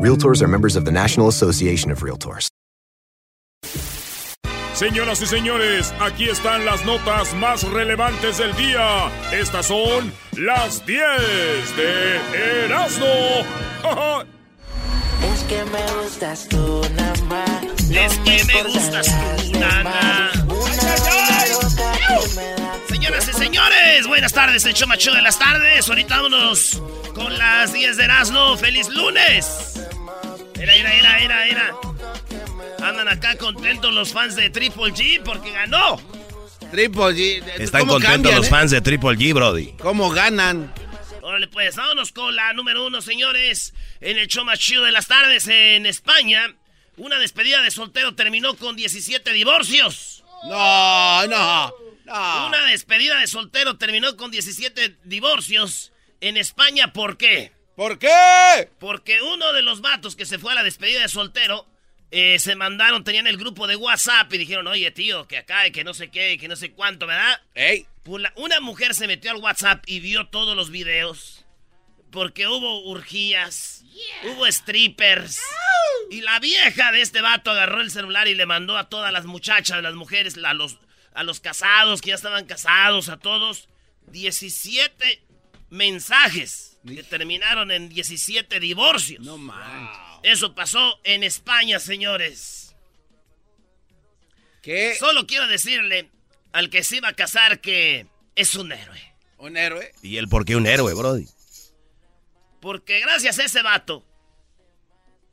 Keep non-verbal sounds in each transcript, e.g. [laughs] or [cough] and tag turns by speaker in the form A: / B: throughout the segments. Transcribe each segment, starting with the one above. A: Realtors are members of the National Association of Realtors.
B: Señoras y señores, aquí están las notas más relevantes del día. Estas son las 10 de Erasmo.
C: Es que me gustas tú nada más.
D: [laughs] Es que me gustas tú, nana. Señoras y señores, buenas tardes, el show más chido de las tardes. Ahorita vámonos con las 10 de Erasmo. ¡Feliz lunes! Era, era, era, era, era. Andan acá contentos los fans de Triple G porque ganó.
E: Triple G.
F: Están
E: ¿Cómo
F: contentos
E: cambian,
F: los
E: eh?
F: fans de Triple G, Brody.
E: ¿Cómo ganan?
D: Órale, pues, vámonos con la número uno, señores. En el show más chido de las tardes en España, una despedida de soltero terminó con 17 divorcios.
E: No, no, no.
D: Una despedida de soltero terminó con 17 divorcios en España. ¿Por qué?
E: ¿Por qué?
D: Porque uno de los vatos que se fue a la despedida de soltero eh, se mandaron, tenían el grupo de WhatsApp y dijeron, oye tío, que acá y que no sé qué y que no sé cuánto, ¿verdad?
E: Ey,
D: Pues la- una mujer se metió al WhatsApp y vio todos los videos. Porque hubo urgías, hubo strippers. Y la vieja de este vato agarró el celular y le mandó a todas las muchachas, a las mujeres, a los, a los casados que ya estaban casados, a todos, 17 mensajes que terminaron en 17 divorcios.
E: no man.
D: Eso pasó en España, señores.
E: ¿Qué?
D: Solo quiero decirle al que se iba a casar que es un héroe.
E: ¿Un héroe?
F: ¿Y el por qué un héroe, Brody?
D: Porque gracias a ese vato,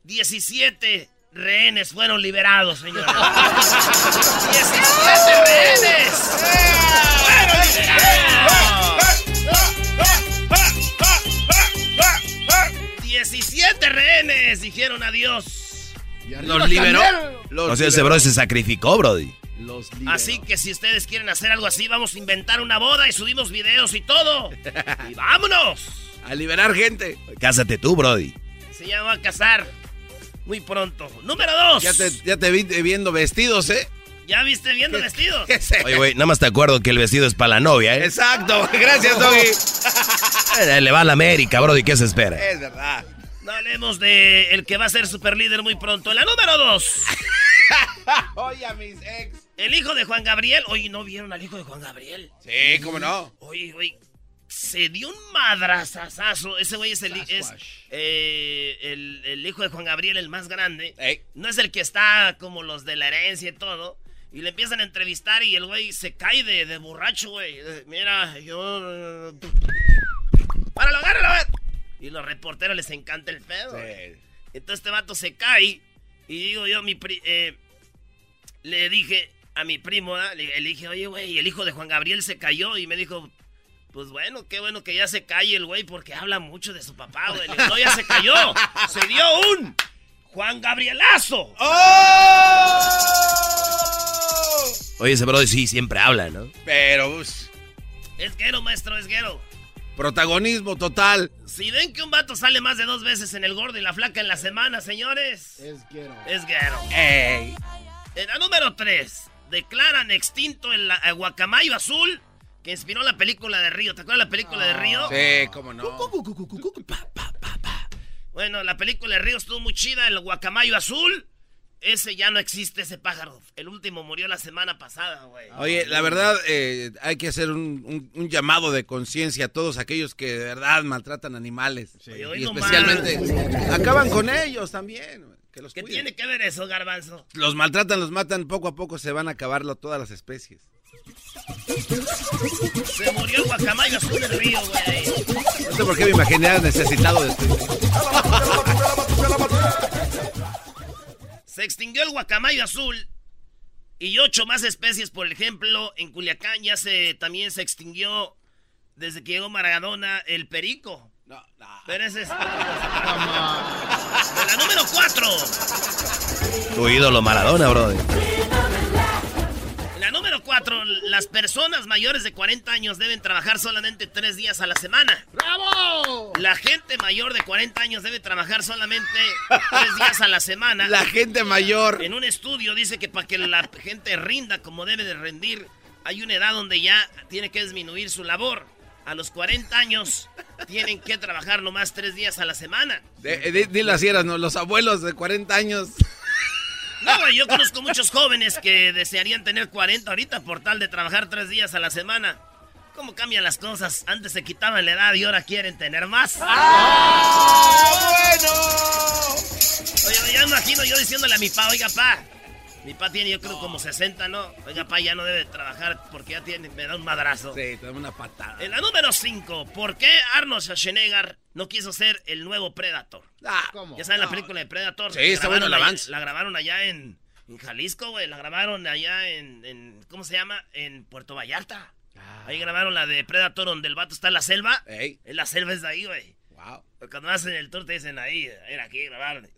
D: 17 rehenes fueron liberados, señores. ¡17 rehenes! ¡Fueron liberados! 17 rehenes dijeron adiós.
E: ¿Los liberó? Los
F: O sea, ese
E: liberó.
F: Brody se sacrificó, Brody.
E: Los liberó.
D: Así que si ustedes quieren hacer algo así, vamos a inventar una boda y subimos videos y todo. ¡Y vámonos!
E: A liberar gente.
F: Cásate tú, Brody.
D: Se ya va a casar muy pronto. Número
E: Ya te,
D: 2.
E: ya te vi viendo vestidos, ¿eh? [laughs]
D: Ya viste viendo vestidos.
E: ¿Qué sé?
F: Oye, güey, nada más te acuerdo que el vestido es para la novia, ¿eh?
E: [laughs] Exacto. Gracias, Doggy.
F: Eh, Le va a la América, Brody, ¿qué se espera?
E: Es verdad.
D: No hablemos de el que va a ser superlíder muy pronto. En la número dos,
E: Oye, a mis ex.
D: el hijo de Juan Gabriel. Oye, ¿no vieron al hijo de Juan Gabriel?
E: Sí, cómo no.
D: Oye, oye, se dio un madrazazazo. Ese güey es, el, es eh, el, el hijo de Juan Gabriel, el más grande.
E: Ey.
D: No es el que está como los de la herencia y todo. Y le empiezan a entrevistar y el güey se cae de, de borracho, güey. Eh, Mira, yo... ¡Páralo, agárralo! eh! Y los reporteros les encanta el pedo. güey.
E: Sí.
D: Entonces este vato se cae y digo yo, mi pri- eh, le dije a mi primo, ¿ah? le, le dije, oye, güey, el hijo de Juan Gabriel se cayó y me dijo, pues bueno, qué bueno que ya se calle el güey porque habla mucho de su papá, güey. Le digo, no, ya se cayó, se dio un Juan Gabrielazo.
E: ¡Oh!
F: Oye, ese Brody sí siempre habla, ¿no?
E: Pero, pues,
D: Es guero, maestro, es guero.
E: protagonismo total.
D: Si ven que un vato sale más de dos veces en el gordo y la flaca en la semana, señores. Es guero. Es guero.
E: Ey.
D: En la número 3, declaran extinto el eh, guacamayo azul que inspiró la película de Río. ¿Te acuerdas la película de Río?
E: Ah, Sí, cómo no.
D: Bueno, la película de Río estuvo muy chida, el guacamayo azul. Ese ya no existe, ese pájaro. El último murió la semana pasada, güey.
E: Oye, la verdad, eh, hay que hacer un, un- un llamado de conciencia a todos aquellos que de verdad maltratan animales.
D: Oye, hoy
E: Y
D: no
E: especialmente acaban con ellos también. Que los
D: ¿Qué
E: cuiden.
D: tiene que ver eso, garbanzo?
E: Los maltratan, los matan, poco a poco se van a acabar lo- todas las especies.
D: Se murió el guacamayo azul del río, güey.
E: No sé por qué me imaginé al necesitado de
D: Se extinguió el guacamayo azul y ocho más especies, por ejemplo, en Culiacán ya se también se extinguió desde que llegó Maradona el perico.
E: No, no.
D: Pero ese es... la número cuatro.
F: Tu ídolo Maradona, Brody.
D: En La número cuatro, las personas mayores de 40 años deben trabajar solamente tres días a la semana. ¡Bravo! La gente mayor de 40 años debe trabajar solamente tres días a la semana.
E: La gente
D: [laughs]
E: mayor.
D: En un estudio dice que para que la gente rinda como debe de rendir, hay una edad donde ya tiene que disminuir su labor. A los 40 años tienen que trabajar nomás tres días a la semana.
E: De- de- Dile así eras, ¿no? Los abuelos de 40 años.
D: No, güey, yo conozco muchos jóvenes que desearían tener 40 ahorita por tal de trabajar tres días a la semana. ¿Cómo cambian las cosas? Antes se quitaban la edad y ahora quieren tener más. bueno! Oye, ya me imagino yo diciéndole a mi pa, oiga, pa. Mi pa tiene yo creo como 60, ¿no? Oiga, pa, ya no debe trabajar porque ya tiene, me da un madrazo.
E: Sí, te dan una patada.
D: En la número 5, ¿por qué Arnold Schwarzenegger no quiso ser el nuevo Predator?
E: Ah,
D: Ya saben la película de Predator.
E: Sí, está
D: Grabaron
E: bueno el
D: allá-
E: avance.
D: La grabaron allá en, en Jalisco, güey. La grabaron allá en, en- ¿Cómo se llama? En Puerto Vallarta.
E: Ah.
D: Ahí grabaron la de Predator donde el vato está en la selva.
E: Ey.
D: En la selva es de ahí, güey. [laughs]
E: Wow.
D: Cuando hacen el tour te dicen ahí, era aquí, grabaron.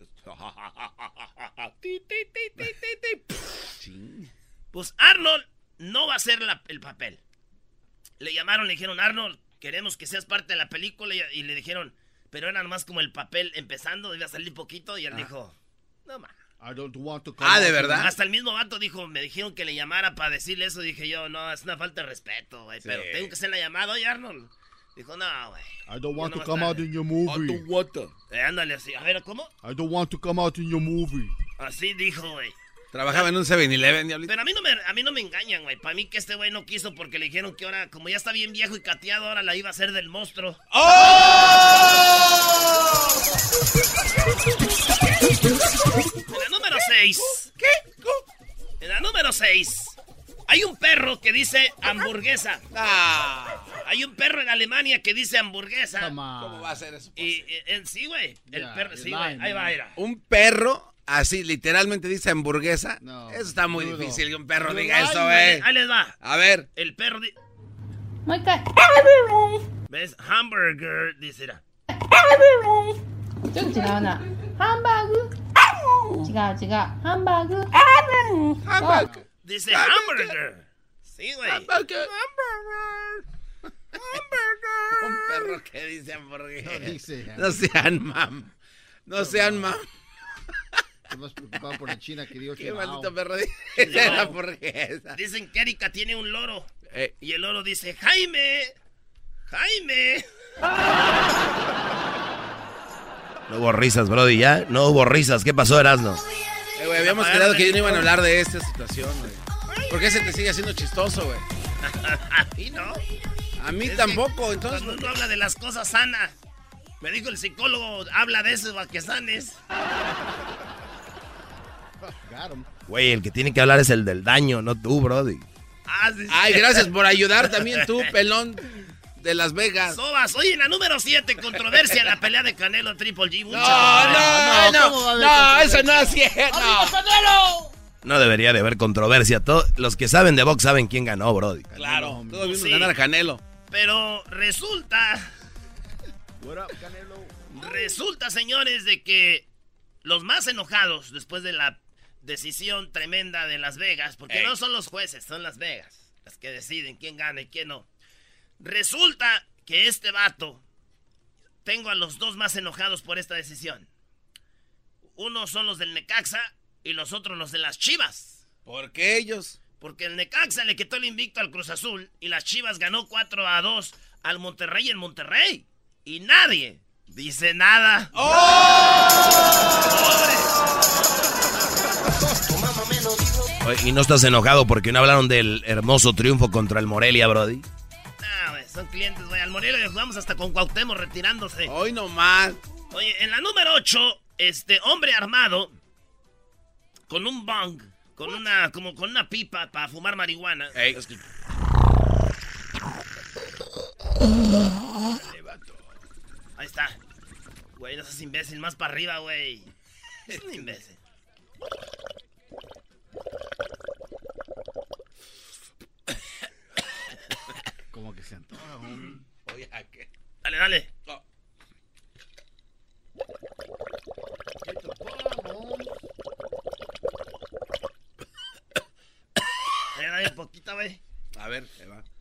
D: Pues Arnold no va a ser la- el papel. Le llamaron, le dijeron, Arnold, queremos que seas parte de la película. Y, y le dijeron, pero era nomás como el papel empezando, iba a salir poquito. Y él dijo, no más.
E: Ah, ¿de verdad?
D: Hasta el mismo vato dijo, me dijeron que le llamara para decirle eso. Dije yo, no, es una falta de respeto, güey. Pero tengo que hacer la llamada, oye, Arnold. Dijo, no, güey.
G: I don't want
D: Yo
G: to
D: nomás
G: come
D: tal-
G: out in your movie.
D: Eh, ándale así. A ver, ¿cómo?
G: I don't want to come out in your movie.
D: Así dijo, güey.
E: Trabajaba en un 7-Eleven, diablito.
D: Pero a mí no me, a mí no me engañan, güey. Para mí que este güey no quiso porque le dijeron que ahora, como ya está bien viejo y cateado, ahora la iba a hacer del monstruo.
G: ¡Oh!
D: En la número 6. ¿Qué? En la número 6. Hay un perro que dice hamburguesa.
E: Ah,
D: Hay un perro en Alemania que dice hamburguesa.
G: Come
E: ¿Cómo
G: on.
E: va a ser eso?
D: Y, y- en sí, güey. El
G: Ya,
D: perro,
G: el
D: sí, güey.
G: line,
D: Ahí
G: ¿no?
D: va, era.
E: Un perro, así literalmente dice hamburguesa.
G: No,
E: eso está muy
G: dudo.
E: difícil que un perro
G: Dudo,
E: diga
G: ay,
E: eso,
G: no,
E: eh.
D: Ahí les va.
E: A ver.
G: [laughs]
D: El perro di-
H: My God.
D: ¿Ves? Hamburger, dice era.
H: 좀違うな。ハンバーグ。違う違う。ハンバーグ。
E: Hamburger.
D: Dice
G: Ah,
D: hamburger. Sí, güey.
E: Hamburger. Hamburger. Un perro que dice hamburguesa.
G: No dice,
E: No sean mam. No sean mam.
G: Estoy más preocupado por la china que digo
E: Qué
G: que
E: maldito
G: no.
E: perro dice la hamburguesa.
D: Dicen que Erika tiene un loro.
E: Eh,
D: Y el loro dice, Jaime. Jaime. [laughs]
F: No hubo risas, Brody, ya. No hubo risas. ¿Qué pasó, Erasno?
E: eh, güey, habíamos quedado que ya no iban a hablar de esta situación, güey. ¿Por qué se te sigue haciendo chistoso, güey?
D: A mí no.
E: A mí
D: Es que
E: tampoco, entonces.
D: Cuando uno habla de las cosas sanas. Me dijo el psicólogo, habla de eso, para que sanes.
G: Got him.
F: Güey, el que tiene que hablar es el del daño, no tú, Brody.
D: Ah, sí, sí.
E: Ay, gracias por ayudar también tú, pelón de Las Vegas.
D: Sobas, oye, en la número 7, controversia, la pelea de Canelo Triple G. Mucha-
G: no, no, ¿cómo va a haber controversia?
E: eso Ah, no es cierto.
F: No debería de haber controversia. Todos los que saben de box saben quién ganó, Brody.
E: Claro, todos vimos
D: Sí.
G: Pues
E: ganar a Canelo.
D: Pero resulta,
G: What up, Canelo?
D: resulta, señores, de que los más enojados después de la decisión tremenda de Las Vegas, porque
E: Ey.
D: no son los jueces, son Las Vegas las que deciden quién gana y quién no. Resulta que este vato, tengo a los dos más enojados por esta decisión. Uno son los del Necaxa y los otros los de las Chivas.
E: ¿Por qué ellos?
D: Porque el Necaxa le quitó el invicto al Cruz Azul y las Chivas ganó 4 a 2 al Monterrey en Monterrey. Y nadie dice nada.
F: Oye, Y no estás enojado porque no hablaron del hermoso triunfo contra el Morelia, Brody.
D: Ah, güey, son clientes, güey. Al Morelia le jugamos hasta con Cuauhtémoc retirándose.
E: Hoy nomás.
D: Oye, en la número 8, este hombre armado con un bong, con una, como con una pipa para fumar marihuana.
E: Ey.
D: Ahí está. Güey, no seas imbécil, más para arriba, güey. Es un imbécil.
G: Como que se antoja, hombre.
E: Oye, ¿a qué?
D: Dale, dale.
E: No.
D: Dale, dale, poquita, güey.
E: A ver, ahí va.
F: [laughs]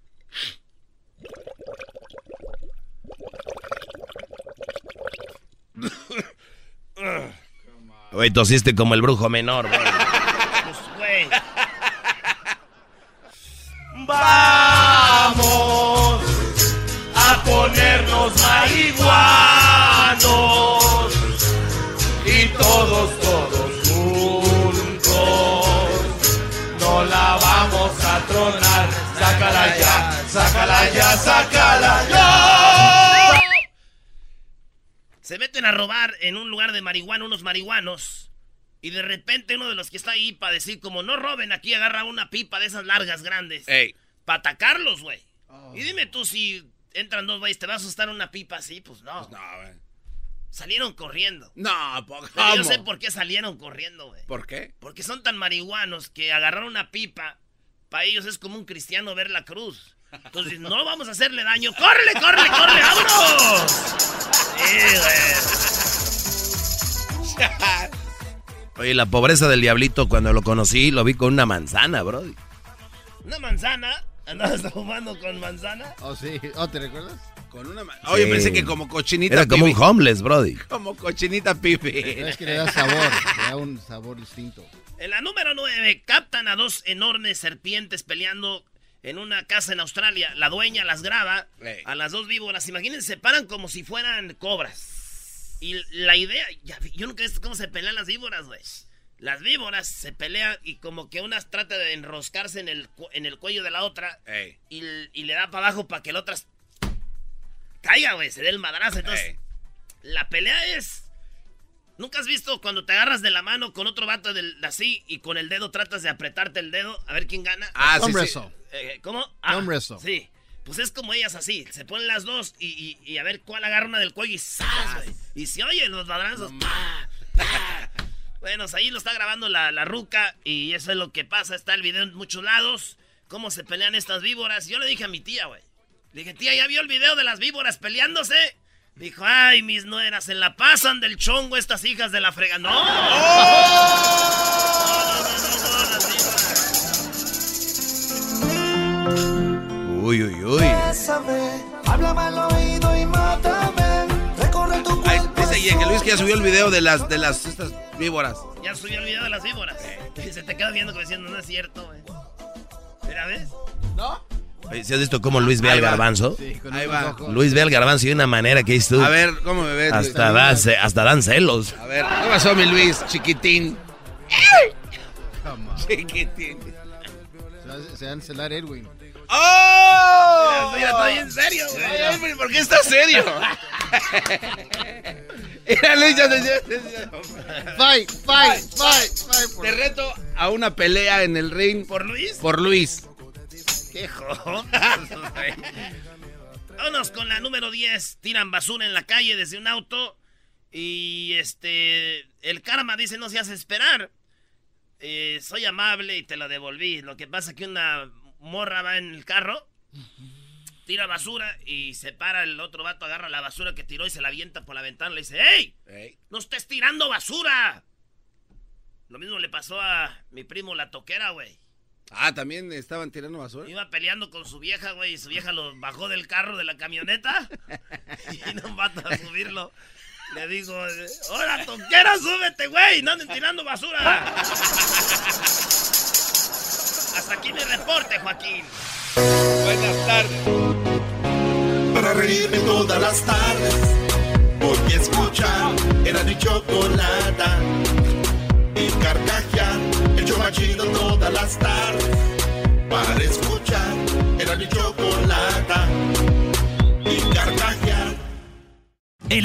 F: Güey, tosiste como el brujo menor, güey.
D: Pues, güey. Se meten a robar en un lugar de marihuana unos marihuanos. Y de repente uno de los que está ahí para decir, como no roben aquí, agarra una pipa de esas largas grandes.
E: Ey.
D: Para atacarlos, güey. Y dime tú si entran dos güeyes, ¿te va a asustar una pipa así? Pues no.
E: No, güey.
D: Salieron corriendo.
E: No, po-
D: Pero
E: ¿cómo?
D: yo sé por qué salieron corriendo, güey.
E: ¿Por qué?
D: Porque son tan marihuanos que agarrar una pipa, para ellos es como un cristiano ver la cruz. Entonces, no vamos a hacerle daño. ¡Córrele, córrele, córrele! ¡Vámonos! Sí, güey.
F: Oye, la pobreza del diablito cuando lo conocí lo vi con una manzana, bro.
D: Una manzana. ¿Andabas fumando con manzana?
G: Oh, sí. Oh, ¿te recuerdas?
E: Con una ma- Oye,
F: Sí.
E: pensé que como cochinita
F: Era como un
E: pibi.
F: homeless, Brody.
E: Como cochinita pipi.
F: [laughs]
G: Pero es que le da sabor. Le da un sabor distinto.
D: En la número 9, captan a dos enormes serpientes peleando en una casa en Australia. La dueña las graba
E: Ey.
D: a las dos víboras. Imagínense, se paran como si fueran cobras. Y la idea, ya vi- yo nunca he visto cómo se pelean las víboras, güey. Las víboras se pelean y como que unas trata de enroscarse en el, cu- en el cuello de la otra
E: Ey.
D: y, l- y le da para abajo para que la otra s- caiga, güey, se dé el madrazo. Entonces,
E: Ey.
D: la pelea es. ¿Nunca has visto cuando te agarras de la mano con otro vato del, así y con el dedo tratas de apretarte el dedo a ver quién gana?
E: Ah, sí,
G: Hombre,
E: sí.
G: eso.
D: Eh, ¿Cómo?
G: Arm wrestle.
D: Sí. Pues es como ellas así. Se ponen las dos y, y- y a ver cuál agarra una del cuello y ¡zas, güey! Y se oyen los madrazos. ¡pa! ¡pa! Bueno, pues ahí lo está grabando la, la ruca y eso es lo que pasa. Está el video en muchos lados. Cómo se pelean estas víboras. Yo le dije a mi tía, güey. Le dije, tía, ¿ya vio el video de las víboras peleándose? Dijo, ay, mis nueras, se la pasan del chongo estas hijas de la frega. ¡No! No, no, no, no, no, las víboras.
F: Uy, uy, uy.
E: Ay, dice Yeke Luis que ya subió el video de las de las estas víboras.
D: Ya subió el video de las víboras. [laughs] Y se te queda viendo como diciendo, no es cierto, güey. Mira, ¿ves?
E: ¿No?
F: Oye, ¿sí has visto cómo Luis ve al
E: Ahí va.
F: garbanzo?
G: Sí, con
E: Ahí
G: unos
E: va.
G: ojos.
F: Luis ve al garbanzo de una manera que dices tú.
E: A ver, ¿cómo me ves? Luis?
F: hasta, da, ce- hasta dan celos.
E: A ver, ¿qué pasó, mi Luis? Chiquitín. Chiquitín.
G: Se va- Se va a cancelar Edwin.
E: ¡Oh!
D: Mira, estoy en serio, güey.
E: Ay, güey, ¿Por qué estás serio? [laughs] Mira, Luis, ya te- ya te-
G: Fight, fight, fight, fight. por-
E: te reto a una pelea en el ring por,
D: ¿Por Luis?
E: por Luis.
D: ¡Qué [laughs] joder! Vámonos con la número 10. Tiran basura en la calle desde un auto. Y este. El karma dice: No se hace esperar. Eh, soy amable y te la devolví. Lo que pasa es que una morra va en el carro, tira basura y se para. El otro vato agarra la basura que tiró y se la avienta por la ventana. Le dice: ¡Ey! ¡No estés tirando basura! Lo mismo le pasó a mi primo la toquera, güey.
E: Ah, también estaban tirando basura.
D: Iba peleando con su vieja, güey, y su vieja lo bajó del carro de la camioneta [laughs] y no mata a subirlo. Le digo, ¡Hola, tonquera, súbete, güey! ¡No anden tirando basura!
E: [laughs]
D: Hasta aquí mi reporte, Joaquín.
E: Buenas tardes.
I: Para reírme todas las tardes Voy a escuchar Era mi chocolata Y carcajear El yo machido todas las tardes Para escuchar Era mi chocolata Y carcajear
D: El